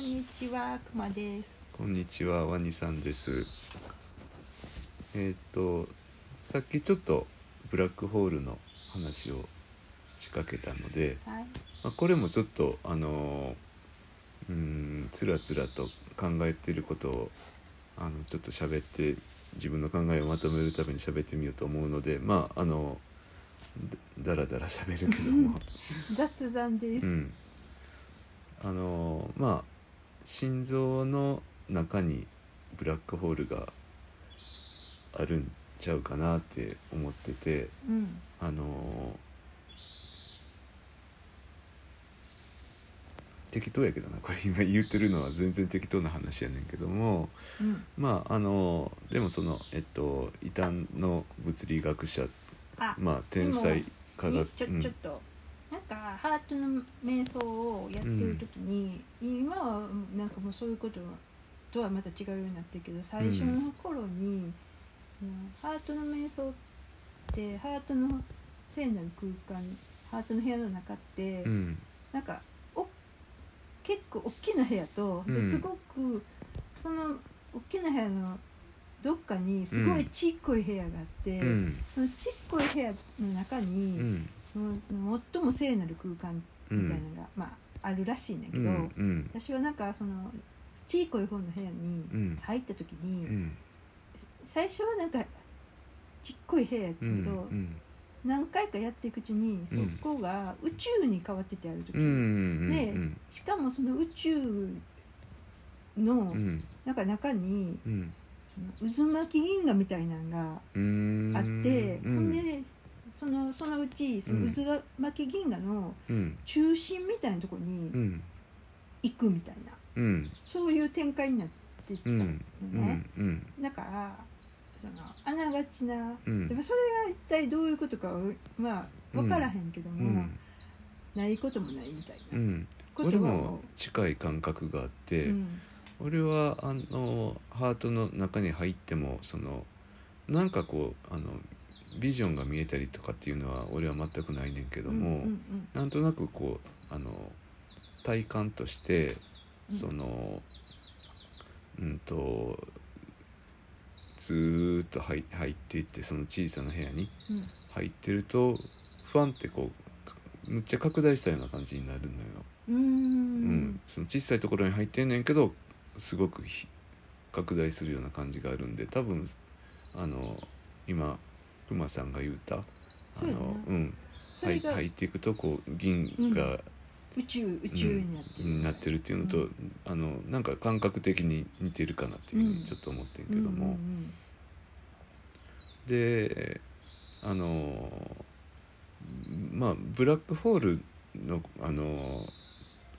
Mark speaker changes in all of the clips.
Speaker 1: んにちは、くまです。
Speaker 2: こんにちは、ワニさんです。えーっと、さっきちょっとブラックホールの話を仕掛けたので、
Speaker 1: はい。
Speaker 2: まあ、これもちょっとあのーうーんつらつらと考えてることをあのちょっと喋って自分の考えをまとめるために喋ってみようと思うのでまああのだだらだら喋るけども、
Speaker 1: 雑談です。
Speaker 2: うん、あのーまあ心臓の中にブラックホールがあるんちゃうかなって思ってて。
Speaker 1: うん。
Speaker 2: あのー適当やけどなこれ今言ってるのは全然適当な話やねんけども
Speaker 1: うん。
Speaker 2: まああのーでもそのえっと異端の物理学者
Speaker 1: あ、
Speaker 2: まあ天才科学
Speaker 1: ちょ
Speaker 2: う
Speaker 1: ちょっ
Speaker 2: ん
Speaker 1: と、なんかハートの瞑想をやってる時に、今はなんかもうそういうこととはまた違うようになってるけど最初の頃に、うんハートの瞑想ってハートの聖なる空間ハートの部屋の中って、
Speaker 2: うん
Speaker 1: なんかお結構大きな部屋と、で
Speaker 2: うん
Speaker 1: すごくその大きな部屋のどっかにすごいちっこい部屋があって、
Speaker 2: うん
Speaker 1: そのちっこい部屋の中
Speaker 2: う
Speaker 1: に、
Speaker 2: ん
Speaker 1: その最も聖なる空間
Speaker 2: う
Speaker 1: みたいなんのが、まあ、あるらしいんだけ
Speaker 2: う
Speaker 1: ど、
Speaker 2: んうん
Speaker 1: 私はなんかそのちっこい方の部屋に
Speaker 2: うん
Speaker 1: 入った時に、
Speaker 2: うん
Speaker 1: 最初はなんかちっこい部屋やった
Speaker 2: う
Speaker 1: けど、
Speaker 2: んうん
Speaker 1: 何回かやっていくうちにそ
Speaker 2: うん
Speaker 1: こが宇宙に変わっててある時。
Speaker 2: うんうん
Speaker 1: でしかもその宇宙の
Speaker 2: うん
Speaker 1: なんか中に
Speaker 2: うん
Speaker 1: その渦巻き銀河みたいなのが
Speaker 2: うーん
Speaker 1: あって、
Speaker 2: う
Speaker 1: ほん
Speaker 2: ん
Speaker 1: でそのそのうちその渦巻き銀河の
Speaker 2: うん
Speaker 1: 中心みたいなとこ
Speaker 2: う
Speaker 1: に
Speaker 2: ん
Speaker 1: 行くみたいな
Speaker 2: うん
Speaker 1: そういう展開になってった
Speaker 2: う
Speaker 1: の
Speaker 2: ん
Speaker 1: ね、
Speaker 2: うん
Speaker 1: だからそのあながちな
Speaker 2: うん
Speaker 1: でもそれが一体どういうことかはまあ分からへんけど
Speaker 2: う
Speaker 1: も、
Speaker 2: ん
Speaker 1: ないこともないみたいな
Speaker 2: うん、
Speaker 1: こと
Speaker 2: 俺
Speaker 1: は
Speaker 2: も近い感覚があって、
Speaker 1: うん
Speaker 2: 俺はあのハートの中に入ってもそのなんかこうあのビジョンが見えたりとかっていうのは俺は全くないねんけども、
Speaker 1: うんうん
Speaker 2: なんとなくこうあの体感として
Speaker 1: うん
Speaker 2: そのうんとずーっと入入っていってその小さな部屋に
Speaker 1: うんうん
Speaker 2: 入ってるとファンってこうむっちゃ拡大したような感じになるのよ。
Speaker 1: うーん
Speaker 2: その小さいところに入ってんねんけどすごくひ拡大するような感じがあるんで多分あの今くまさんが言うたあ
Speaker 1: そうやな
Speaker 2: のうん
Speaker 1: そ
Speaker 2: 入
Speaker 1: れが
Speaker 2: 入っていくとこう銀が、
Speaker 1: 宇宙宇
Speaker 2: うん
Speaker 1: 宙になってる、
Speaker 2: になってるっていうのと、
Speaker 1: う
Speaker 2: あのなんか感覚的に似てるかなっていうふう
Speaker 1: うん
Speaker 2: にちょっと思ってんけども、
Speaker 1: うん
Speaker 2: であのまあブラックホールのあの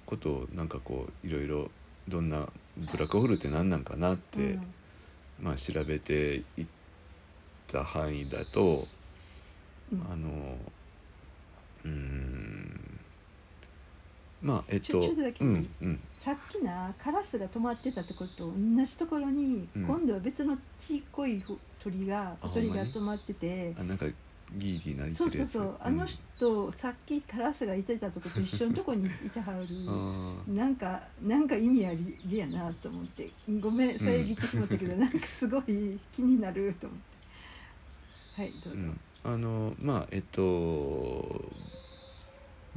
Speaker 2: ことをなんかこういろいろどんなブラックホールって何なんかなっ
Speaker 1: うんうん
Speaker 2: て、まあ、調べていった範囲だと
Speaker 1: うん
Speaker 2: あのうーんまあえっ
Speaker 1: ちょ
Speaker 2: と
Speaker 1: ちょっとだけ
Speaker 2: う
Speaker 1: いい
Speaker 2: んうん
Speaker 1: さっきなカラスが止まってたところと同じところに、
Speaker 2: うん
Speaker 1: 今度は別のちっこい鳥が
Speaker 2: あ
Speaker 1: 小鳥
Speaker 2: ほんま
Speaker 1: が
Speaker 2: に
Speaker 1: 止まってて
Speaker 2: あなんかギーギーなり
Speaker 1: そうそうそう、あの人さっきカラスがいてたとこと一緒のとこにいては る
Speaker 2: あー
Speaker 1: なんかなんか意味ありりやなと思ってごめん遮ってしまったけど、なんかすごい気になると思ってはいどう
Speaker 2: う
Speaker 1: ぞ、
Speaker 2: んあのまあえっと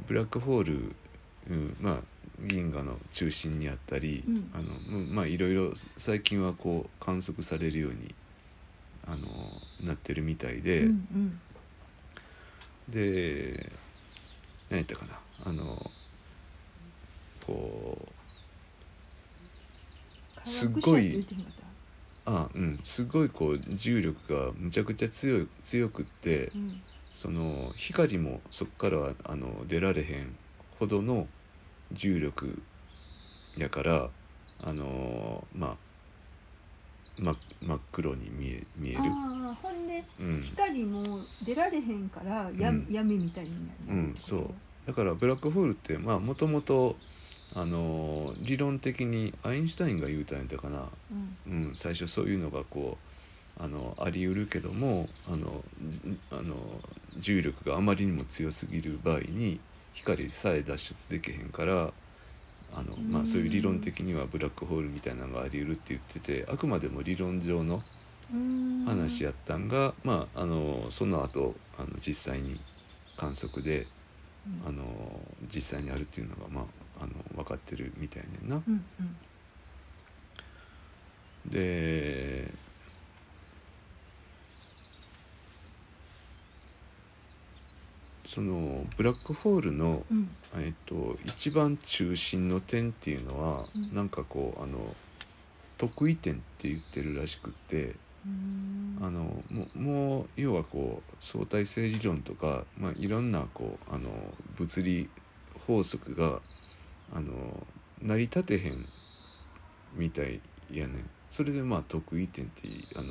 Speaker 2: ブラックホール、うんまあ、銀河の中心にあったり、
Speaker 1: うん
Speaker 2: あのうんまあいろいろ最近はこう観測されるようにあのなってるみたいで、
Speaker 1: うんうん
Speaker 2: で何やったかなあのこう
Speaker 1: 科
Speaker 2: すっ
Speaker 1: 学者
Speaker 2: ご
Speaker 1: っ
Speaker 2: い
Speaker 1: て言ってへんかった
Speaker 2: あうんすごいこう重力がむちゃくちゃ強い強くって。
Speaker 1: うん
Speaker 2: その光もそっからはあの出られへんほどの重力やからあのーまあま真っ黒に見え見える、
Speaker 1: ああほんで
Speaker 2: うん、
Speaker 1: 光も出られへんからや、
Speaker 2: うん
Speaker 1: 闇みたいになる、
Speaker 2: うんそうだからブラックホールってまあもともとあのー理論的にアインシュタインが言うたんやったかな、
Speaker 1: うん
Speaker 2: うん、最初そういうのがこうあのあり得るけどもあのじあの重力があまりにも強すぎる場合に光さえ脱出できへんからあの、
Speaker 1: うん
Speaker 2: まあ、そういう理論的にはブラックホールみたいなのがあり得るって言っててあくまでも理論上の
Speaker 1: うん
Speaker 2: 話
Speaker 1: や
Speaker 2: やったんが、まあ、あのその後あの実際に観測であの実際にあるっていうのが、まあ、あの分かってるみたいねんな。
Speaker 1: うんうん
Speaker 2: でそのブラックホールの、
Speaker 1: うん
Speaker 2: えっと、一番中心の点っていうのは、
Speaker 1: うん
Speaker 2: なんかこうあの得意点って言ってるらしくて
Speaker 1: うん
Speaker 2: あのもうもう要はこう相対性理論とか、まあ、いろんなこうあの物理法則があの成り立てへんみたいやねんそれでまあ得意点ってあの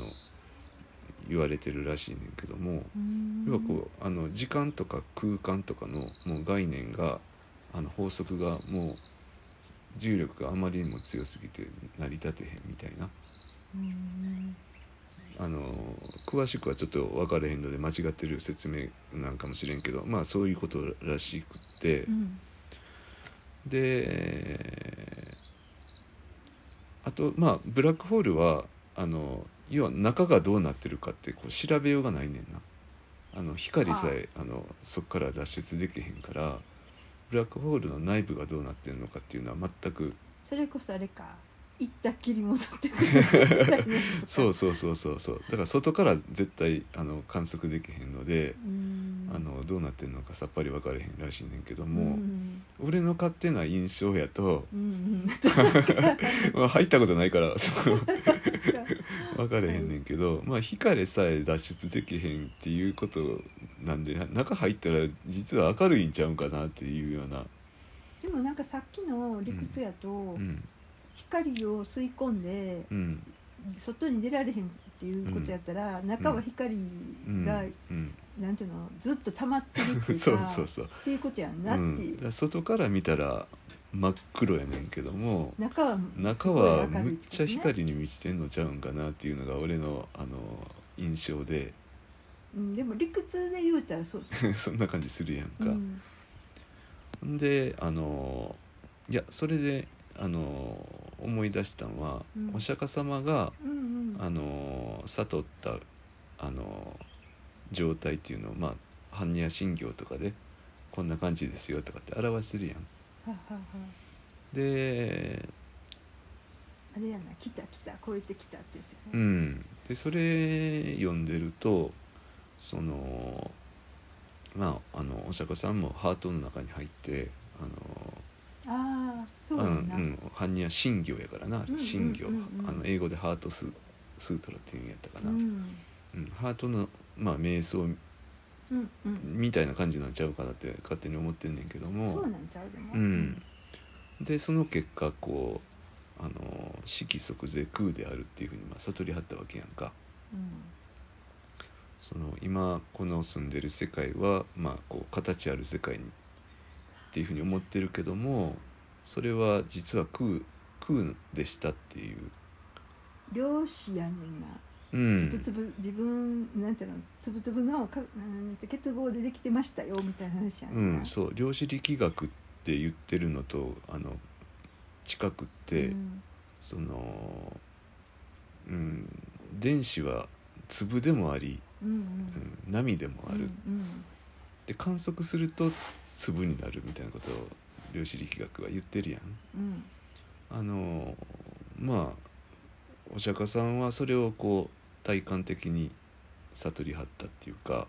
Speaker 2: 言われてるらしいねんけども
Speaker 1: うん
Speaker 2: 要はこうあの時間とか空間とかのもう概念があの法則がもう重力があまりにも強すぎて成り立てへんみたいな。
Speaker 1: うん
Speaker 2: あの詳しくはちょっと分かれへんので間違ってる説明なんかもしれんけどまあそういうことらしくって、
Speaker 1: うん
Speaker 2: であとまあブラックホールはあの要は中がどうなってるかってこう調べようがないねんなあの光さえあのそこから脱出できへんからブラックホールの内部がどうなってるのかっていうのは全く
Speaker 1: それこそあれか行ったっきり戻ってくるみたいなやつか
Speaker 2: そうそうそうそうそうだから外から絶対あの観測できへんので。
Speaker 1: うん
Speaker 2: あのどうなってるのかさっぱり分かれへんらしいねんけど
Speaker 1: う
Speaker 2: も、
Speaker 1: ん
Speaker 2: 俺の勝手な印象やと
Speaker 1: うんうん
Speaker 2: まあ入ったことないからその
Speaker 1: なんか
Speaker 2: 分かれへんねんけど、まあ光さえ脱出できへんっていうことなんでな中入ったら実は明るいんちゃうんかなっていうような、
Speaker 1: でもなんかさっきの理屈やと、
Speaker 2: うん
Speaker 1: 光を吸い込んで
Speaker 2: うん
Speaker 1: 外に出られへんっていうことやったら、中は光
Speaker 2: うん
Speaker 1: が、
Speaker 2: うん、
Speaker 1: なんていうのずっと溜まってるって い
Speaker 2: そうう
Speaker 1: か
Speaker 2: そうそう、
Speaker 1: っていうことやん
Speaker 2: う
Speaker 1: なって
Speaker 2: ん、だ
Speaker 1: いう、
Speaker 2: から外から見たら真っ黒やねんけども
Speaker 1: 中は
Speaker 2: 中は
Speaker 1: すごい明る
Speaker 2: む
Speaker 1: い
Speaker 2: って
Speaker 1: こと
Speaker 2: ちゃ
Speaker 1: ね
Speaker 2: 光に満ちてんのちゃうんかなっていうのが俺のあの印象で。
Speaker 1: うん、でも理屈で言うたらそう
Speaker 2: そんな感じするやん
Speaker 1: う
Speaker 2: か。
Speaker 1: ん
Speaker 2: ん、であのいやそれであの思い出したのは、
Speaker 1: うん
Speaker 2: お釈迦様が
Speaker 1: うんうん
Speaker 2: あの悟ったあの状態っていうのをまあ般若心経とかでこんな感じですよとかって表してるやん。
Speaker 1: ははは
Speaker 2: で
Speaker 1: あれやな来た来た超えてきたって言って
Speaker 2: う
Speaker 1: ね、
Speaker 2: ん、でそれ読んでるとそのまああのお釈迦さんもハートの中に入ってあの
Speaker 1: ああそう
Speaker 2: う
Speaker 1: や
Speaker 2: ん
Speaker 1: な、
Speaker 2: うん、般若心経やからな
Speaker 1: うん
Speaker 2: 心経、
Speaker 1: うんうんうん
Speaker 2: あの英語でハートススートラっていうんやったか
Speaker 1: う
Speaker 2: な、うん
Speaker 1: ん
Speaker 2: ハートの、まあ、瞑想
Speaker 1: うんうん
Speaker 2: みたいな感じなんちゃうかなって勝手に思ってんねんけども
Speaker 1: そうなんちゃうでも、
Speaker 2: うん、でその結果こうあの色即是空であるっていうふうに、まあ、悟りはったわけやんか
Speaker 1: うん
Speaker 2: その今この住んでる世界は、まあ、こう形ある世界にっていうふうに思ってるけどもそれは実は空空でしたっていう。
Speaker 1: 漁師やねんな
Speaker 2: う
Speaker 1: つぶ
Speaker 2: ん
Speaker 1: つぶ自分なんていうのつぶつぶのかなんて結合でできてましたよみたいな話やねん
Speaker 2: う、
Speaker 1: なん
Speaker 2: そう量子力学って言ってるのとあの近くって、
Speaker 1: うん
Speaker 2: その、うん、電子は粒でもあり、
Speaker 1: うんうん
Speaker 2: うん、波でもある、
Speaker 1: うん
Speaker 2: で観測すると粒になるみたいなことを量子力学は言ってるやん。
Speaker 1: うん
Speaker 2: あのまあお釈迦さんはそれをこう体感的に悟りはったっていうか、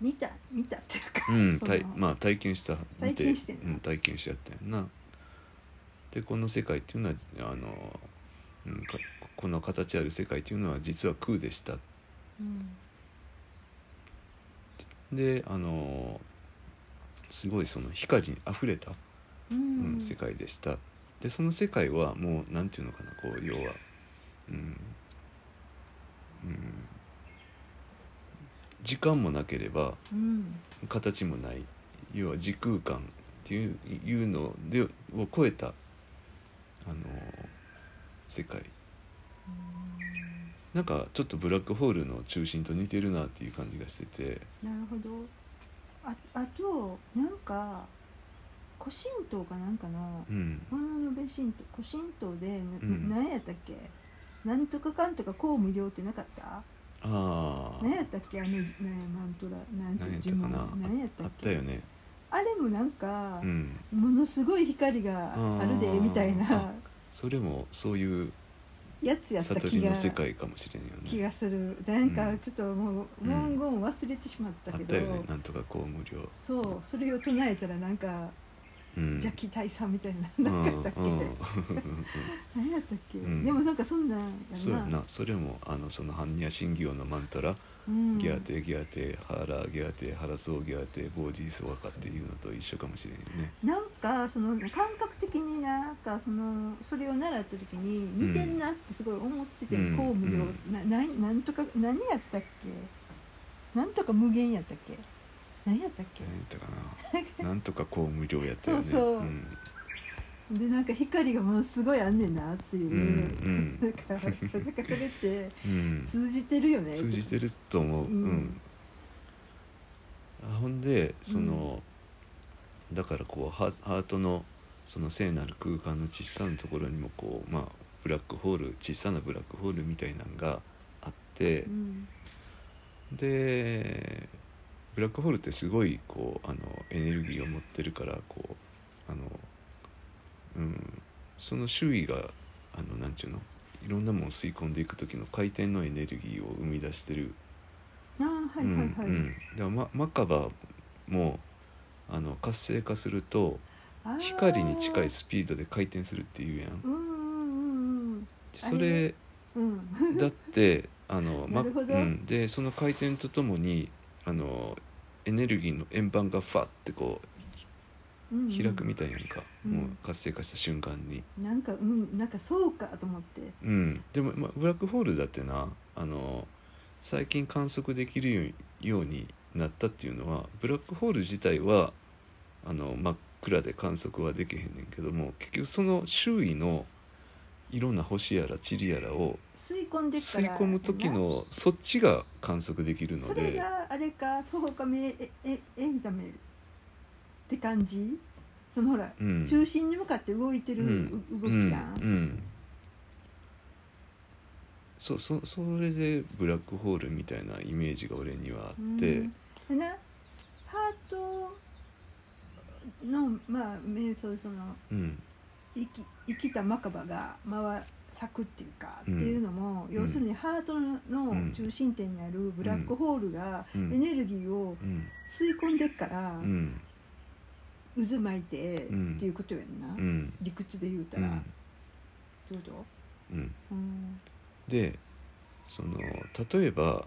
Speaker 1: 見た見たっていうか、
Speaker 2: うん、
Speaker 1: その
Speaker 2: 体まあ体験した
Speaker 1: 体験してん
Speaker 2: 見
Speaker 1: な
Speaker 2: うん、体験しちゃったよなでこの世界っていうのはあの、うん、かこの形ある世界っていうのは実は空でした
Speaker 1: うん
Speaker 2: であのすごいその光にあふれた、
Speaker 1: う
Speaker 2: うん
Speaker 1: ん
Speaker 2: 世界でしたでその世界はもうなんていうのかなこう要はうん、うん、時間もなければ
Speaker 1: うん
Speaker 2: 形もない要は時空間っていういうのでを超えたあの世界なんかちょっとブラックホールの中心と似てるなっていう感じがしてて
Speaker 1: なるほどああとなんか古神道かなんかの
Speaker 2: うん
Speaker 1: もののべ神道古神道でな、
Speaker 2: うん
Speaker 1: ななんやったっけなんとかかんとかこう無料ってなかった
Speaker 2: ああ
Speaker 1: なんやったっけあのなんやマントラなんて
Speaker 2: 何やった
Speaker 1: 呪
Speaker 2: か
Speaker 1: 文
Speaker 2: な
Speaker 1: なんやった
Speaker 2: ああっ
Speaker 1: っけ
Speaker 2: たよね
Speaker 1: あれもなんか
Speaker 2: う、ん
Speaker 1: ものすごい光があるで
Speaker 2: あー
Speaker 1: みたいな
Speaker 2: あそれもそういう
Speaker 1: やつやった
Speaker 2: 悟
Speaker 1: 気
Speaker 2: り
Speaker 1: が
Speaker 2: の世界かもしれんよ
Speaker 1: 気
Speaker 2: ね
Speaker 1: がするなん
Speaker 2: う
Speaker 1: か
Speaker 2: ん
Speaker 1: ちょっともう
Speaker 2: うん
Speaker 1: 文言忘れてしまった
Speaker 2: あっ
Speaker 1: け
Speaker 2: た
Speaker 1: ど、
Speaker 2: よねなんとかこう無料
Speaker 1: そうそれを唱えたらなんか
Speaker 2: うん
Speaker 1: 邪気退散みたいな、
Speaker 2: う
Speaker 1: なんかったっけ、
Speaker 2: うん
Speaker 1: 何やったっけ、
Speaker 2: うん
Speaker 1: でもなんかそんなんや
Speaker 2: そうやなそれもあのその般若心経のマントラ
Speaker 1: うん、
Speaker 2: ギャーテギャーテハラギャーテハラソーギャーテボージーソワカっていうのと一緒かもしれんよ ね
Speaker 1: なんかその感覚的になんかそのそれを習った時に似てんなってすごい思ってて、
Speaker 2: うん
Speaker 1: こう無料、
Speaker 2: う
Speaker 1: ななんなんとか何やったっけなんとか無限やったっけ何やったっけ、
Speaker 2: 何やったかななんとかこう無料やったよね
Speaker 1: そうそうんでなんか光がものすごいあんねんなっていう、
Speaker 2: うんうん
Speaker 1: なんかなんかそれって
Speaker 2: うん
Speaker 1: 通じてるよね
Speaker 2: 通じてると思うう
Speaker 1: うん
Speaker 2: ん、あほんでその、だからこうハハートのその聖なる空間の小さなところにもこうまあブラックホール小さなブラックホールみたいなんがあって、
Speaker 1: うん
Speaker 2: でブラックホールってすごいこうあのエネルギーを持ってるからこうあの、うん、その周囲があのなんちゅうのいろんなものを吸い込んでいく時の回転のエネルギーを生み出してる、
Speaker 1: あーはいはいはい、
Speaker 2: うんうん、だからママカバもあの活性化すると
Speaker 1: あー
Speaker 2: 光に近いスピードで回転するっていうやん
Speaker 1: うんうん
Speaker 2: それ
Speaker 1: うんうんうん
Speaker 2: だってあの、
Speaker 1: なるほど
Speaker 2: うん、でその回転とともにあのエネルギーの円盤がファッてこ
Speaker 1: うん
Speaker 2: う
Speaker 1: うん
Speaker 2: 開くみたいやんか、
Speaker 1: うん
Speaker 2: もう活性化した瞬間に、
Speaker 1: なんかうんなんかそうかと思って
Speaker 2: うん、でも、まあ、ブラックホールだってなあの最近観測できるようようになったっていうのはブラックホール自体はあの真っ暗で観測はできへんねんけども結局その周囲のいろんな星やら塵やらを
Speaker 1: 吸い込んでっか
Speaker 2: 吸
Speaker 1: ら
Speaker 2: い込む時のそっちが観測できるの
Speaker 1: それ
Speaker 2: で
Speaker 1: があれか東方目ええエンタメって感じそのほら、
Speaker 2: うん
Speaker 1: 中心に向かって動いてる、
Speaker 2: うん
Speaker 1: う動
Speaker 2: う
Speaker 1: き
Speaker 2: ん
Speaker 1: やん、
Speaker 2: うんそうそそれでブラックホールみたいなイメージが俺にはあって、
Speaker 1: うんでなハートのまあ瞑想その
Speaker 2: うん
Speaker 1: 生き生きたマカバが回咲くっていうか、
Speaker 2: うん
Speaker 1: っていうのも要するにハートの
Speaker 2: うん
Speaker 1: 中心点にあるブラックホールが
Speaker 2: う
Speaker 1: エ
Speaker 2: ん
Speaker 1: ネルギーを
Speaker 2: うん
Speaker 1: 吸い込んでっから
Speaker 2: うん
Speaker 1: 渦巻いてって
Speaker 2: うん
Speaker 1: いうことやんな、
Speaker 2: うん
Speaker 1: 理屈で言うた
Speaker 2: う
Speaker 1: ら、
Speaker 2: ん
Speaker 1: どうぞ、
Speaker 2: うん
Speaker 1: うん、
Speaker 2: でその例えば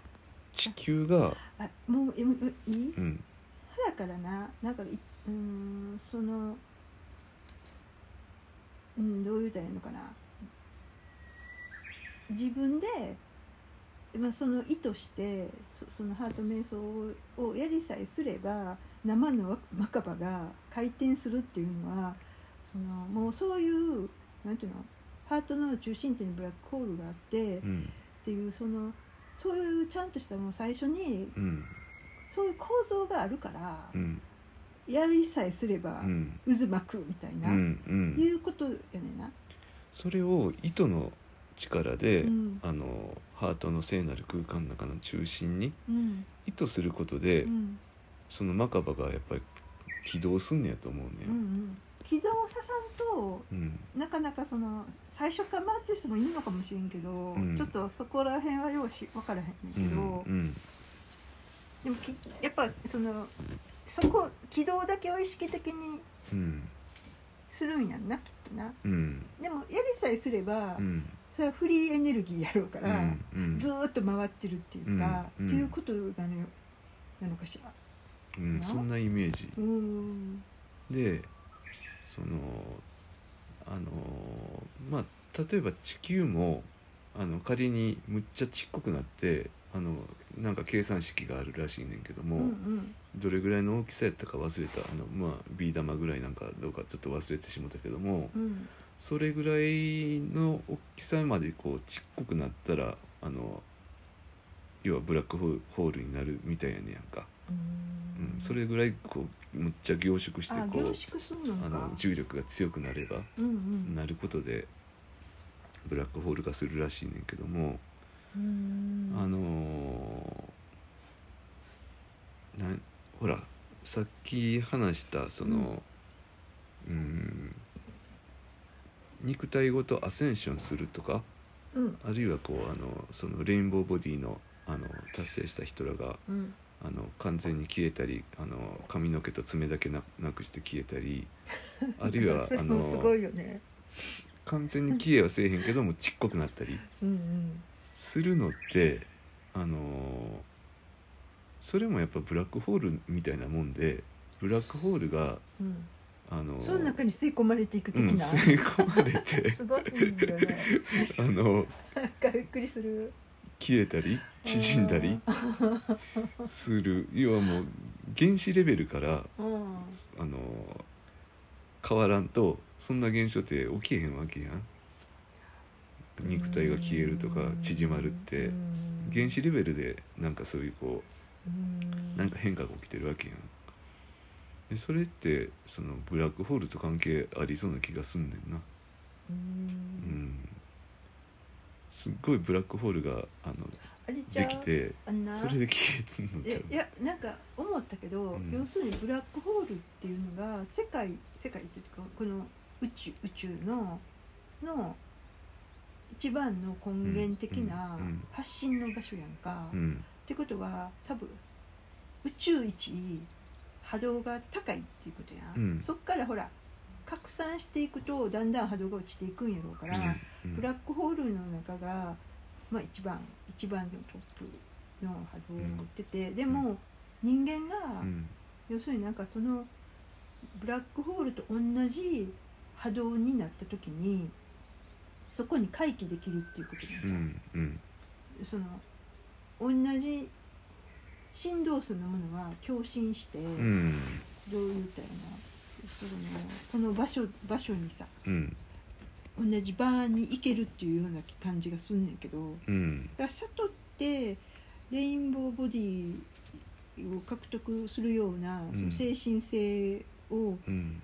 Speaker 2: 地球が、
Speaker 1: あもうえもういい
Speaker 2: うん、
Speaker 1: だからななんかいうーんそのうんどう言うたらいいのかな自分で、まあ、その意図してそそのハート瞑想ををやりさえすれば生のわ若葉が回転するっていうのはそのもうそういうなんていうのハートの中心点にブラックホールがあってっ
Speaker 2: うん
Speaker 1: ていうそのそういうちゃんとしたもう最初に
Speaker 2: うん
Speaker 1: そういう構造があるから。
Speaker 2: うん
Speaker 1: やりさえすれば
Speaker 2: うん
Speaker 1: 渦巻くみたい
Speaker 2: うんう
Speaker 1: な、い
Speaker 2: ん
Speaker 1: うことやねんな。
Speaker 2: それを糸の力で、
Speaker 1: うん
Speaker 2: あのハートの聖なる空間の中の中心に
Speaker 1: うん
Speaker 2: 意図することで、
Speaker 1: うん
Speaker 2: そのマカバがやっぱり起動すんねやと思う
Speaker 1: う
Speaker 2: ね
Speaker 1: んうん軌道をささんと
Speaker 2: うん
Speaker 1: なかなかその最初から回ってる人もいるのかもしれんけど、
Speaker 2: ん
Speaker 1: ちょっとそこら辺はようし分からへんねん
Speaker 2: う
Speaker 1: けど、
Speaker 2: んうん
Speaker 1: でもきやっぱそのそこ軌道だけを意識的に
Speaker 2: うん
Speaker 1: するんやんなきっとな。
Speaker 2: うん
Speaker 1: でもやりさえすれば、
Speaker 2: うん
Speaker 1: それはフリーエネルギーやろうか
Speaker 2: う
Speaker 1: ら、
Speaker 2: んうん
Speaker 1: ずーっと回ってるっていうか、
Speaker 2: うん
Speaker 1: っていうことなのよなのかしら。
Speaker 2: うんそんなイメージ
Speaker 1: うん
Speaker 2: でそのあのまあ例えば地球もあの仮にむっちゃちっこくなってあのなんか計算式があるらしいねんけども、
Speaker 1: うんうん
Speaker 2: どれぐらいの大きさやったか忘れたあのまあビー玉ぐらいなんかどうかちょっと忘れてしもたけども、
Speaker 1: うん
Speaker 2: それぐらいの大きさまでこうちっこくなったらあの要はブラックホールホールになるみたいやねやんかうん、それぐらいこうむっちゃ凝縮して
Speaker 1: あ
Speaker 2: こ
Speaker 1: 凝
Speaker 2: う
Speaker 1: 縮するの
Speaker 2: あ
Speaker 1: か
Speaker 2: の重力が強くなれば
Speaker 1: うんうん
Speaker 2: なることでブラックホール化するらしいねんけども、
Speaker 1: うん
Speaker 2: あのーなんほらさっき話したそのうん肉体ごとアセンションするとか
Speaker 1: うん
Speaker 2: あるいはこうあのそのレインボーボディのあの達成した人らが
Speaker 1: うん
Speaker 2: あの完全に消えたりあの髪の毛と爪だけななくして消えた りあるいは
Speaker 1: それ
Speaker 2: あ
Speaker 1: もすご
Speaker 2: の
Speaker 1: い よね
Speaker 2: 完全に消えはせえへんけどもちっこくなったり
Speaker 1: うん
Speaker 2: するのってあのそれもやっぱブラックホールみたいなもんでブラックホールが
Speaker 1: うんうん
Speaker 2: あの
Speaker 1: その中に吸い込まれていく
Speaker 2: う
Speaker 1: 的
Speaker 2: ん
Speaker 1: な、
Speaker 2: 吸い込まれて
Speaker 1: すごいんだよね
Speaker 2: あの
Speaker 1: なんかびっくりする
Speaker 2: 消えたり縮んだりする要はもう原子レベルから
Speaker 1: うん
Speaker 2: あの変わらんとそんな現象って起きへんわけやん肉体が消えるとか縮まるって
Speaker 1: うん
Speaker 2: 原子レベルでなんかそういうこ
Speaker 1: うん
Speaker 2: うなんか変化が起きてるわけやんでそれってそのブラックホールと関係ありそうな気がすんねんな
Speaker 1: う
Speaker 2: うんんすっごいブラックホールがあの
Speaker 1: あれちゃ
Speaker 2: で
Speaker 1: う
Speaker 2: きて
Speaker 1: あんな
Speaker 2: それで消えてんのちゃ
Speaker 1: え
Speaker 2: う
Speaker 1: いやなんか思ったけど、
Speaker 2: うん
Speaker 1: 要するにブラックホールっていうのが世界世界っていうかこの宇宙宇宙のの一番の根源的な
Speaker 2: うんうん
Speaker 1: 発信の場所やんか。
Speaker 2: う
Speaker 1: っ
Speaker 2: ん
Speaker 1: てことは多分宇宙一波動が高いっていうことやん、
Speaker 2: うん
Speaker 1: そっからほら拡散していくとだんだん波動が落ちていくんやろうか
Speaker 2: う
Speaker 1: ら、
Speaker 2: んうん
Speaker 1: ブラックホールの中が、まあ、一番一番のトップの波動を持ってて、でも人間が、
Speaker 2: うん
Speaker 1: 要するになんかそのブラックホールと同じ波動になった時にそこに回帰できるっていうことなん
Speaker 2: う
Speaker 1: じゃん、
Speaker 2: んうん
Speaker 1: その同じ振動数のものは共振して、
Speaker 2: うん
Speaker 1: どう言ったらいいのそのその場所場所にさ
Speaker 2: うん
Speaker 1: 同じバーに行けるっていうような感じがすんねんけど。
Speaker 2: うん
Speaker 1: だから里ってレインボーボディを獲得するような、
Speaker 2: うん
Speaker 1: その精神性を
Speaker 2: うん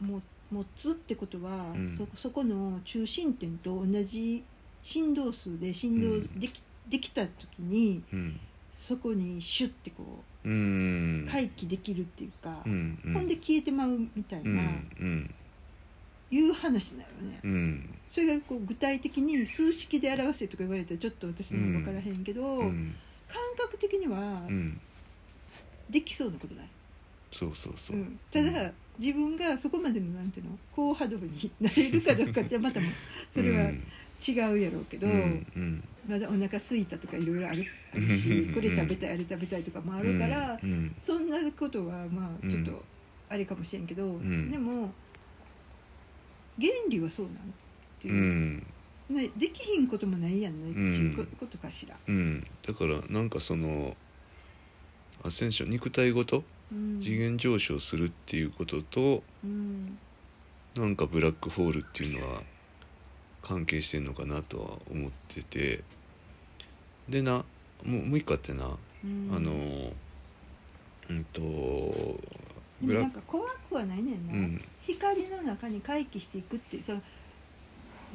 Speaker 1: も持つってことは、
Speaker 2: うん
Speaker 1: そそこの中心点と同じ振動数で振動でき,、できた時に
Speaker 2: うん
Speaker 1: そこにシュッてこ
Speaker 2: うん
Speaker 1: う回帰できるっていうか、
Speaker 2: うんうん
Speaker 1: ほんで消えてまうみたいな、
Speaker 2: うん
Speaker 1: いう話だよね。
Speaker 2: うんうん
Speaker 1: それがこう具体的に数式で表せとか言われたらちょっと私には分からへんけど、
Speaker 2: うん
Speaker 1: 感覚的には
Speaker 2: うん
Speaker 1: できそうなことない、
Speaker 2: そうそうそうう、
Speaker 1: ん、ただ、自分がそこまでのなんていうの高波動になれるかどうかってまたもそれは
Speaker 2: うん
Speaker 1: 違うやろうけど、
Speaker 2: うんうん
Speaker 1: まだお腹空いたとかいろいろあるあるしこれ食べたいあれ食べたいとかもあるから、
Speaker 2: うん
Speaker 1: そんなことはまあちょっ
Speaker 2: うん
Speaker 1: とあれかもしれんけど、
Speaker 2: ん
Speaker 1: でも原理はそうなのって
Speaker 2: う
Speaker 1: いう、
Speaker 2: ん
Speaker 1: ね、できひんこともないやんねっていうこ
Speaker 2: うん
Speaker 1: ことかしら。
Speaker 2: うんだからなんかそのアセンション肉体ごと
Speaker 1: うん
Speaker 2: 次元上昇するっていうことと、
Speaker 1: うん
Speaker 2: なんかブラックホールっていうのは関係してんのかなとは思っててでなもうもう一個あってな、
Speaker 1: うん
Speaker 2: あのうんと
Speaker 1: でもなんか怖くはないねんな、
Speaker 2: うん
Speaker 1: 光の中に回帰していくってその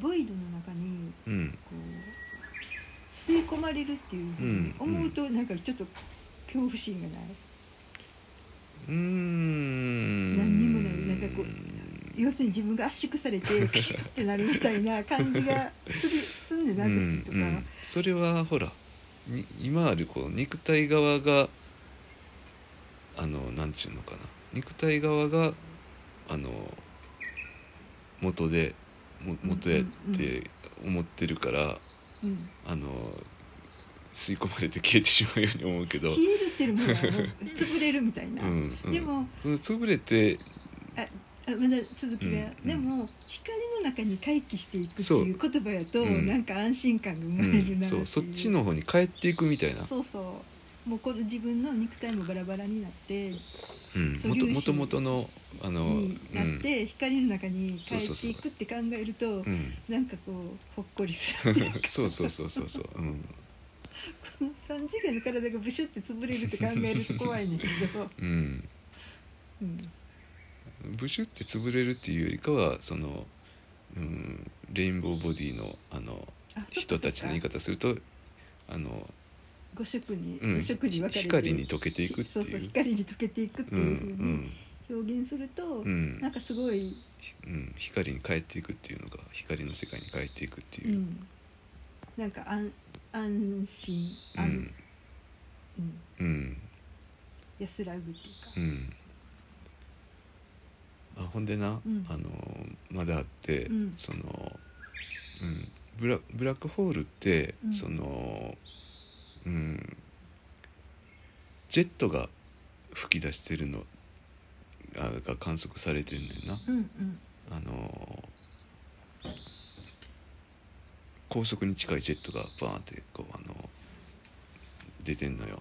Speaker 1: ボイドの中に
Speaker 2: うん
Speaker 1: こう吸い込まれるっていうふうに思うとなんかちょっと恐怖心がない、
Speaker 2: うーん
Speaker 1: 何にもないなんかこ要するに自分が圧縮 されてピシュってなるみたいな感じがするすんねんな私とか、
Speaker 2: うんうんそれはほらに今あるこう肉体側があのなんちゅうのかな肉体側があの元でも元やって思ってるから、
Speaker 1: うん
Speaker 2: あの吸い込まれて消えてしまうように思うけど、
Speaker 1: 消えるっていうのも潰れるみたいな、
Speaker 2: うんうん
Speaker 1: でも
Speaker 2: その潰れて
Speaker 1: あまだ続きが、
Speaker 2: うんうん
Speaker 1: でも光の中に回帰していくっていう言葉やと、
Speaker 2: うん
Speaker 1: なんか安心感が生ま
Speaker 2: う
Speaker 1: れる
Speaker 2: ん
Speaker 1: なってい
Speaker 2: そうそっちの方に帰っていくみたいな
Speaker 1: そうそうもうこの自分の肉体もバラバラになって
Speaker 2: うん
Speaker 1: 素
Speaker 2: もと
Speaker 1: 粒子
Speaker 2: もともとのあの
Speaker 1: になっ
Speaker 2: うん
Speaker 1: て、光の中に帰
Speaker 2: そうそう
Speaker 1: って
Speaker 2: そう
Speaker 1: いくって考えると
Speaker 2: うん
Speaker 1: なんかこうほっこりする
Speaker 2: そうそうそうそうそう、うん、
Speaker 1: の3次元の体がブシュって潰れるって考えると怖いねんだけど、
Speaker 2: うん
Speaker 1: うん、
Speaker 2: ブシュって潰れるっていうよりかはその、うん、レインボーボディのあの
Speaker 1: あそっか
Speaker 2: 人たちの言い
Speaker 1: そっか
Speaker 2: 方するとあの、
Speaker 1: 五色に、
Speaker 2: うん、
Speaker 1: 五色に分かれて
Speaker 2: 光に溶けていくって
Speaker 1: そうそう
Speaker 2: いう。
Speaker 1: 光に溶けていくって
Speaker 2: うんう
Speaker 1: いうふうに
Speaker 2: ん
Speaker 1: 表現すると、
Speaker 2: うん
Speaker 1: なんかすごい、
Speaker 2: うん、光に帰っていくっていうのが光の世界に帰っていくって
Speaker 1: う
Speaker 2: いう、
Speaker 1: ん、なんか安安心
Speaker 2: う
Speaker 1: 安、
Speaker 2: ん
Speaker 1: う
Speaker 2: う
Speaker 1: ん
Speaker 2: ん
Speaker 1: 安らぐっていうか、
Speaker 2: うんあほんでな、
Speaker 1: うん
Speaker 2: あのーまだあって、
Speaker 1: うん
Speaker 2: その、うん、ブラブラックホールって、
Speaker 1: うん
Speaker 2: その、うん、ジェットが吹き出してるのあが観測されてるんだよな。
Speaker 1: うんうん
Speaker 2: あのー高速に近いジェットがバーンってこう、あのー出てんのよ。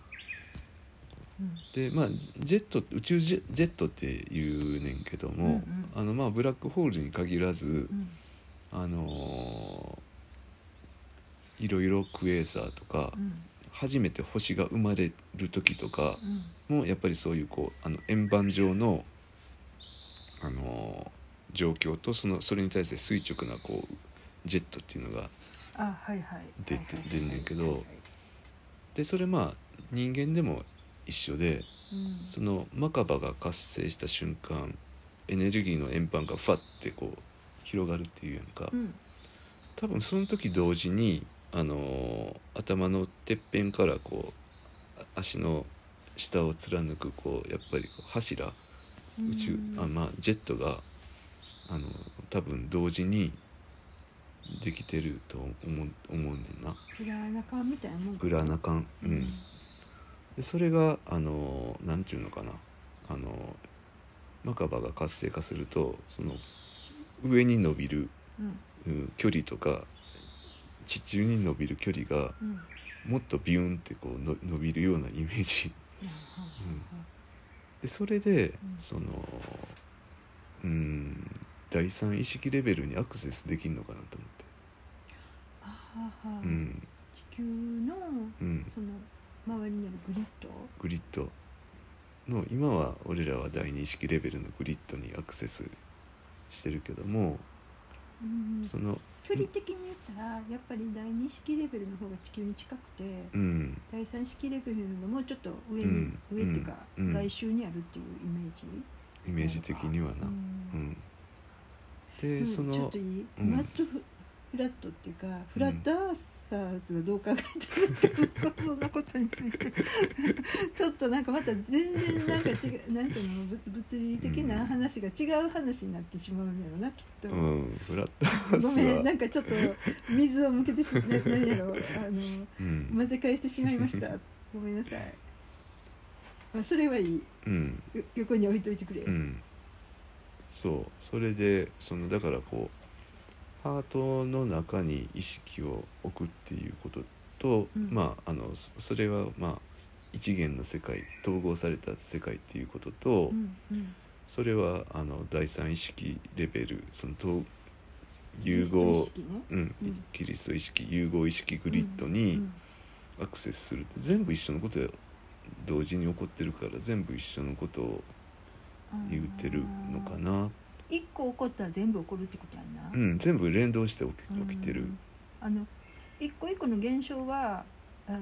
Speaker 1: うん
Speaker 2: でまあジェット宇宙ジェジェットっていうねんけども、
Speaker 1: うん
Speaker 2: あのまあブラックホールに限らず
Speaker 1: う、ん
Speaker 2: あのーいろいろクエーサーとか、
Speaker 1: うん
Speaker 2: 初めて星が生まれる時とか
Speaker 1: うん
Speaker 2: もやっぱりそういうこうあの円盤上の、あのー状況とそのそれに対して垂直なこうジェットっていうのが
Speaker 1: あはいはい
Speaker 2: 出て
Speaker 1: はいはい
Speaker 2: 出んねんけどでそれまあ人間でも一緒で。
Speaker 1: うん
Speaker 2: そのマカバが活性した瞬間エネルギーの円盤がファッてこう広がるっていうやんか、
Speaker 1: うん
Speaker 2: 多分その時同時に、あのー頭のてっぺんからこうあ足の下を貫くこうやっぱりこう柱宇宙、
Speaker 1: うん
Speaker 2: あまあジェットが、あのー多分同時にできてると思う思うねんな
Speaker 1: プラーナカみたいなもん
Speaker 2: グラナカン。うんでそれがあの何ていうのかなあのマカバが活性化するとその上に伸びる、
Speaker 1: うん
Speaker 2: うん距離とか地中に伸びる距離が
Speaker 1: うんうん
Speaker 2: もっとビューンってこうの伸びるようなイメージでそれで
Speaker 1: うん
Speaker 2: そのうん第三意識レベルにアクセスできるのかなと思って
Speaker 1: あはは
Speaker 2: うん
Speaker 1: 地球の
Speaker 2: うん
Speaker 1: その周りにあるグリッド
Speaker 2: グリッドの今は俺らは第二意識レベルのグリッドにアクセスしてるけども
Speaker 1: うん
Speaker 2: その
Speaker 1: 距離的に言ったらやっぱり第二式レベルの方が地球に近くて
Speaker 2: うん
Speaker 1: 第三式レベルのもうちょっと上に、
Speaker 2: うん
Speaker 1: 上っていうか、
Speaker 2: うん
Speaker 1: 外周にあるっていうイメージ
Speaker 2: イメージ的にはなうん
Speaker 1: う。
Speaker 2: ん、
Speaker 1: う
Speaker 2: で、
Speaker 1: ん
Speaker 2: そ
Speaker 1: ちょっ
Speaker 2: の
Speaker 1: といい、
Speaker 2: うん
Speaker 1: マットフフラットっていうかフラットアーサーズがどう考えてるか、そんなことについてちょっとなんかまた全然なんか違うなんていうのぶ物理的な話が違う話になってしまうんやろなきっと。
Speaker 2: うんフラットハウ
Speaker 1: ご
Speaker 2: ス
Speaker 1: めんな
Speaker 2: は、
Speaker 1: んかちょっと水を向けてしななんやろあ の
Speaker 2: うん
Speaker 1: 混ぜ返してしまいましたごめんなさい、まあ、それはいい
Speaker 2: うん
Speaker 1: よ横に置いといてくれ、
Speaker 2: うん、そうそれでそのだからこうハートの中に意識を置くっていうことと、
Speaker 1: うん
Speaker 2: まああのそそれはまあ一元の世界統合された世界っていうことと、
Speaker 1: うんうん
Speaker 2: それはあの第三意識レベルその統融合
Speaker 1: 意識ね
Speaker 2: うん
Speaker 1: うん、
Speaker 2: キリスト意識融合意識グリッドにアクセスするって全部一緒のことや同時に起こってるから全部一緒のことを言ってるのかな
Speaker 1: 一個起こったら全部起こるってことやな、
Speaker 2: うん全部連動して起き起きて
Speaker 1: う
Speaker 2: る
Speaker 1: んあの一個一個の現象はあの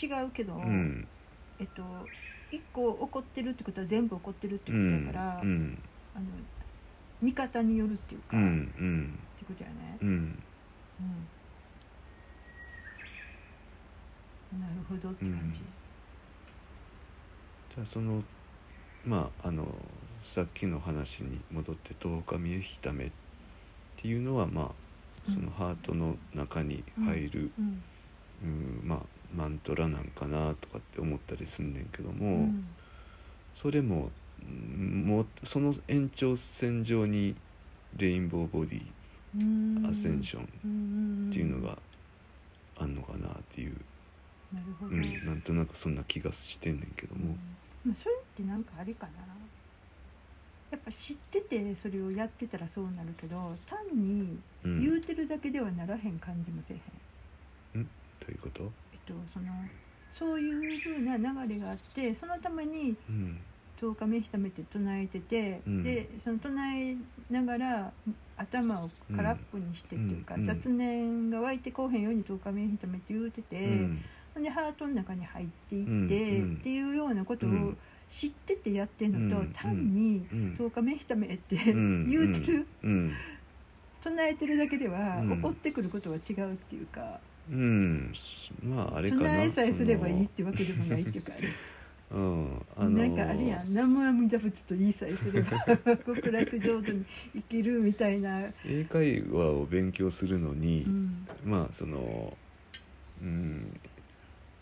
Speaker 1: 違うけど、
Speaker 2: うん
Speaker 1: えっと一個起こってるってことは全部起こってるっ
Speaker 2: う
Speaker 1: てこと
Speaker 2: ん
Speaker 1: だから、
Speaker 2: うん
Speaker 1: あの見方によるっていう
Speaker 2: う
Speaker 1: か、っ
Speaker 2: んうん
Speaker 1: てことやね
Speaker 2: う、ん
Speaker 1: うんなるほどって感じ、
Speaker 2: じゃあそのまああのさっきの話に戻って「十日見えひため」っていうのはまあそのハートの中に入る、
Speaker 1: うん
Speaker 2: うん、まあマントラなんかなとかって思ったりすんねんけど
Speaker 1: う
Speaker 2: も、
Speaker 1: ん
Speaker 2: それもうんもうその延長線上にレインボーボディ
Speaker 1: うん
Speaker 2: アセンション
Speaker 1: うん
Speaker 2: っていうのがあんのかなっていう、
Speaker 1: なるほ
Speaker 2: う
Speaker 1: ど、
Speaker 2: んなんとなくそんな気がしてんねんけども、
Speaker 1: うん、それってなんかあれかなやっぱ知っててそれをやってたらそうなるけど単に
Speaker 2: うん
Speaker 1: 言
Speaker 2: ど
Speaker 1: うてるだけではならへん感じもせえへん、
Speaker 2: ういうこと
Speaker 1: えっとそのそういうふうな流れがあってそのために
Speaker 2: うん
Speaker 1: 10日目ひためて唱えてて、
Speaker 2: うん
Speaker 1: でその唱えながら頭を空っぽにしてっていうか、
Speaker 2: うんうん
Speaker 1: 雑念が湧いてこうへんように10日目ひためて言うてて、
Speaker 2: うん
Speaker 1: ほんでハートの中に入っていって、
Speaker 2: うんうん
Speaker 1: っていうようなこと
Speaker 2: う
Speaker 1: を
Speaker 2: ん
Speaker 1: 知っててやってるのと、
Speaker 2: うん
Speaker 1: 単に
Speaker 2: うん
Speaker 1: 10日目ひためって、
Speaker 2: ん
Speaker 1: 言うてる、
Speaker 2: うん
Speaker 1: 唱えてるだけでは
Speaker 2: うん
Speaker 1: 怒ってくることは違うっていうか、
Speaker 2: うんまああれかな
Speaker 1: 唱えさえすればいいっ
Speaker 2: そ
Speaker 1: てわけでもないっていうか。
Speaker 2: のうんあの
Speaker 1: なんかあれやん南無阿弥陀仏と言いさえすれば 極楽浄土に生きるみたいな、
Speaker 2: 英会話を勉強するのに、
Speaker 1: うん
Speaker 2: まあそのうん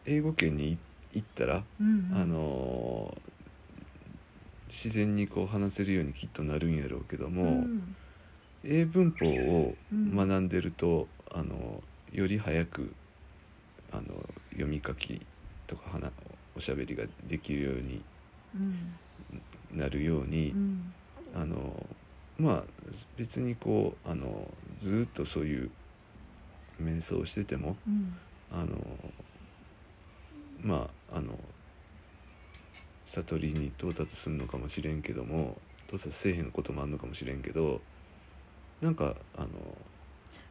Speaker 2: 英語圏にい行ったら、
Speaker 1: うんうん
Speaker 2: あの自然にこう話せるようにきっとなるんやろうけども、
Speaker 1: うん
Speaker 2: 英文法を
Speaker 1: うん
Speaker 2: 学んでると、あのより早くあの読み書きとか話おしゃべりができるように
Speaker 1: うん
Speaker 2: なるように、
Speaker 1: うん
Speaker 2: あのまあ別にこうあのずっとそういう瞑想をしてても
Speaker 1: うん
Speaker 2: あのまああの悟りに到達するのかもしれんけども到達せえへんこともあるのかもしれんけどなんかあの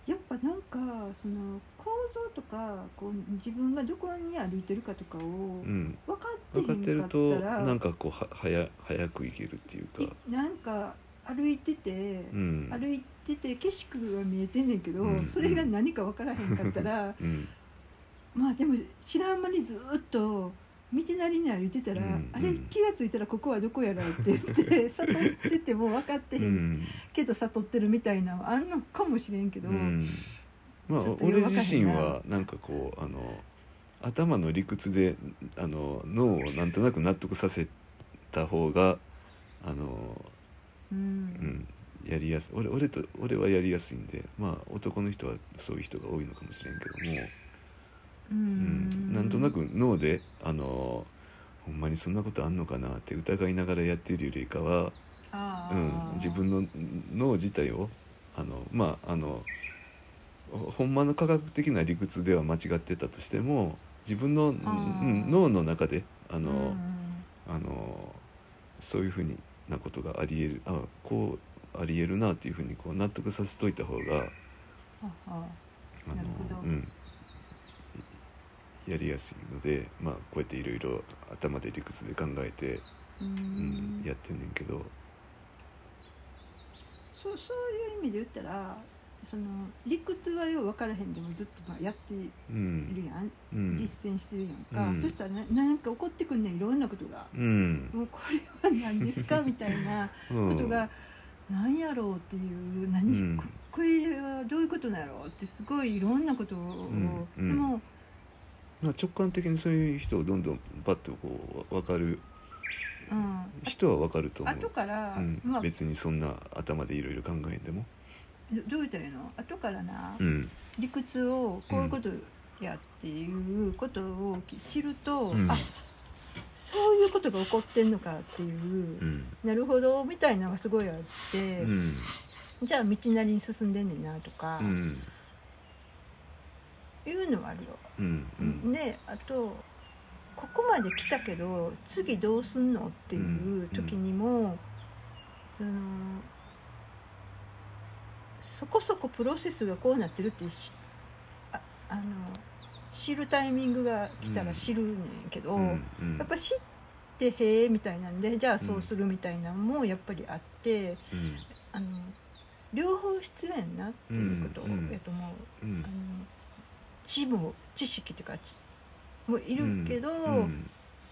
Speaker 1: やっぱなんかその構造とかこう自分がどこに歩いてるかとかを
Speaker 2: うん
Speaker 1: 分かってへ
Speaker 2: 分
Speaker 1: ん
Speaker 2: か
Speaker 1: か
Speaker 2: ってる
Speaker 1: っ
Speaker 2: と
Speaker 1: たら
Speaker 2: なんかこうははや早くいけるっていうか、
Speaker 1: いなんか歩いてて、
Speaker 2: うん、
Speaker 1: 歩いてて景色は見えてんねんけど、
Speaker 2: うん
Speaker 1: それが何か分からへんかった ら
Speaker 2: うん
Speaker 1: まあでも知らん間にずーっと道なりに歩いてたら、
Speaker 2: うん
Speaker 1: あれ
Speaker 2: うん
Speaker 1: 気が付いたらここはどこやらって言っ て悟ってても分かってへ
Speaker 2: うんん
Speaker 1: けど悟ってるみたいなのあんのかもしれんけど、
Speaker 2: うん、まあ
Speaker 1: ちょっとよ
Speaker 2: 俺
Speaker 1: くわかんない
Speaker 2: 自身はなんかこうあの頭の理屈であの脳をなんとなく納得させた方があの、
Speaker 1: う
Speaker 2: うんん、やりやす俺俺と俺はやりやすいんでまあ男の人はそういう人が多いのかもしれんけども、
Speaker 1: う
Speaker 2: うん
Speaker 1: ん、
Speaker 2: なんとなく脳であのほんまにそんなことあんのかなって疑いながらやってるよりかは
Speaker 1: あ
Speaker 2: う
Speaker 1: ー
Speaker 2: ん、自分の脳自体をあのまああのほほんまの科学的な理屈では間違ってたとしても自分の、うん
Speaker 1: あー
Speaker 2: うん脳の中であの、
Speaker 1: うん
Speaker 2: あのそういうふうになことがありえるあこうありえるなっていうふうにこう納得させといた方が
Speaker 1: はは
Speaker 2: あ
Speaker 1: なるほ
Speaker 2: の、
Speaker 1: ど
Speaker 2: うん、やりやすいので、まあ、こうやっていろいろ頭で理屈で考えて、
Speaker 1: う
Speaker 2: うん
Speaker 1: ん、
Speaker 2: やってんねんけど。
Speaker 1: そうそういう意味で言ったらその理屈はよう分からへんでもずっとまあやってい
Speaker 2: うん
Speaker 1: るやん、
Speaker 2: うん
Speaker 1: 実践してるやんか、
Speaker 2: うん
Speaker 1: そしたらななんか怒ってくんねんいろんなことが。
Speaker 2: うん
Speaker 1: もうこれは何ですかみたいな
Speaker 2: うん
Speaker 1: ことが何やろうっていう何し、
Speaker 2: うん
Speaker 1: ここれはどういうことなのってすごいいろんなことを、
Speaker 2: んうん
Speaker 1: でも
Speaker 2: まあ、直感的にそういう人をどんどんバッとこう分かる
Speaker 1: うんあ
Speaker 2: 人は分かると思
Speaker 1: 後
Speaker 2: う、
Speaker 1: から、
Speaker 2: うん
Speaker 1: まあど
Speaker 2: 別にそんな頭でいろいろ考えんでも、
Speaker 1: どう言ったらいいの後からな、
Speaker 2: うん
Speaker 1: 理屈をこういうことやっていうことを知ると、
Speaker 2: うん
Speaker 1: あそういうことが起こってんのかっていう、
Speaker 2: うん
Speaker 1: なるほどみたいなのがすごいあって
Speaker 2: う、ん
Speaker 1: じゃあ道なりに進んでんねんなとか、
Speaker 2: うん
Speaker 1: いうのはあるよ。
Speaker 2: うんうん
Speaker 1: ねあとここまで来たけど次どうすんのっていう時にも、そのそこそこプロセスがこうなってるってしああの知るタイミングが来たら知るねんけど、
Speaker 2: うん
Speaker 1: やっぱ知ってへえみたいなんでじゃあそうするみたいなのもやっぱりあって、
Speaker 2: うん
Speaker 1: あの両方必要やんなっていうことやと思う。
Speaker 2: うん
Speaker 1: あの知も知識というか知もいるけど、
Speaker 2: うん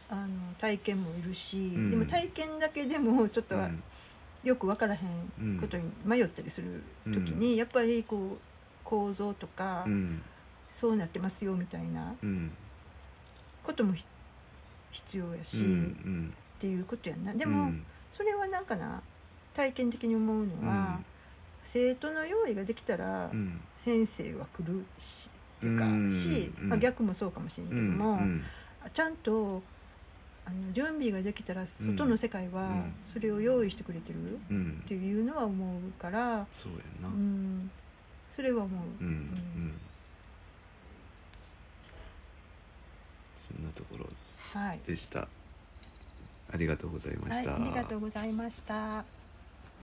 Speaker 1: あの体験もいるし、
Speaker 2: ん
Speaker 1: でも体験だけでもちょっとはよく分からへんことに迷ったりする時に、やっぱりこう構造とか、
Speaker 2: うん
Speaker 1: そうなってますよみたいな
Speaker 2: うん
Speaker 1: こともひ必要や
Speaker 2: う
Speaker 1: し、
Speaker 2: んう
Speaker 1: っ
Speaker 2: ん
Speaker 1: ていうことやんな。で
Speaker 2: で
Speaker 1: も、それはなんかな体験的に思うのは、生徒の用意ができたら、
Speaker 2: うん
Speaker 1: 先生は来るし。っていうか
Speaker 2: うん
Speaker 1: し、
Speaker 2: うん
Speaker 1: まあ、逆もそうかもしれないけ
Speaker 2: う
Speaker 1: ど
Speaker 2: ん
Speaker 1: も、
Speaker 2: うん
Speaker 1: ちゃんとあの準備ができたら外の世界
Speaker 2: う
Speaker 1: は
Speaker 2: ん
Speaker 1: それを用意してくれてるっ
Speaker 2: うん
Speaker 1: ていうのは思うから、
Speaker 2: そうや
Speaker 1: う
Speaker 2: なうん
Speaker 1: ん、それは思う、
Speaker 2: うんそんなところ
Speaker 1: はい、
Speaker 2: でしたありがとうございま
Speaker 1: は
Speaker 2: し
Speaker 1: い、
Speaker 2: た、
Speaker 1: ありがとうございました。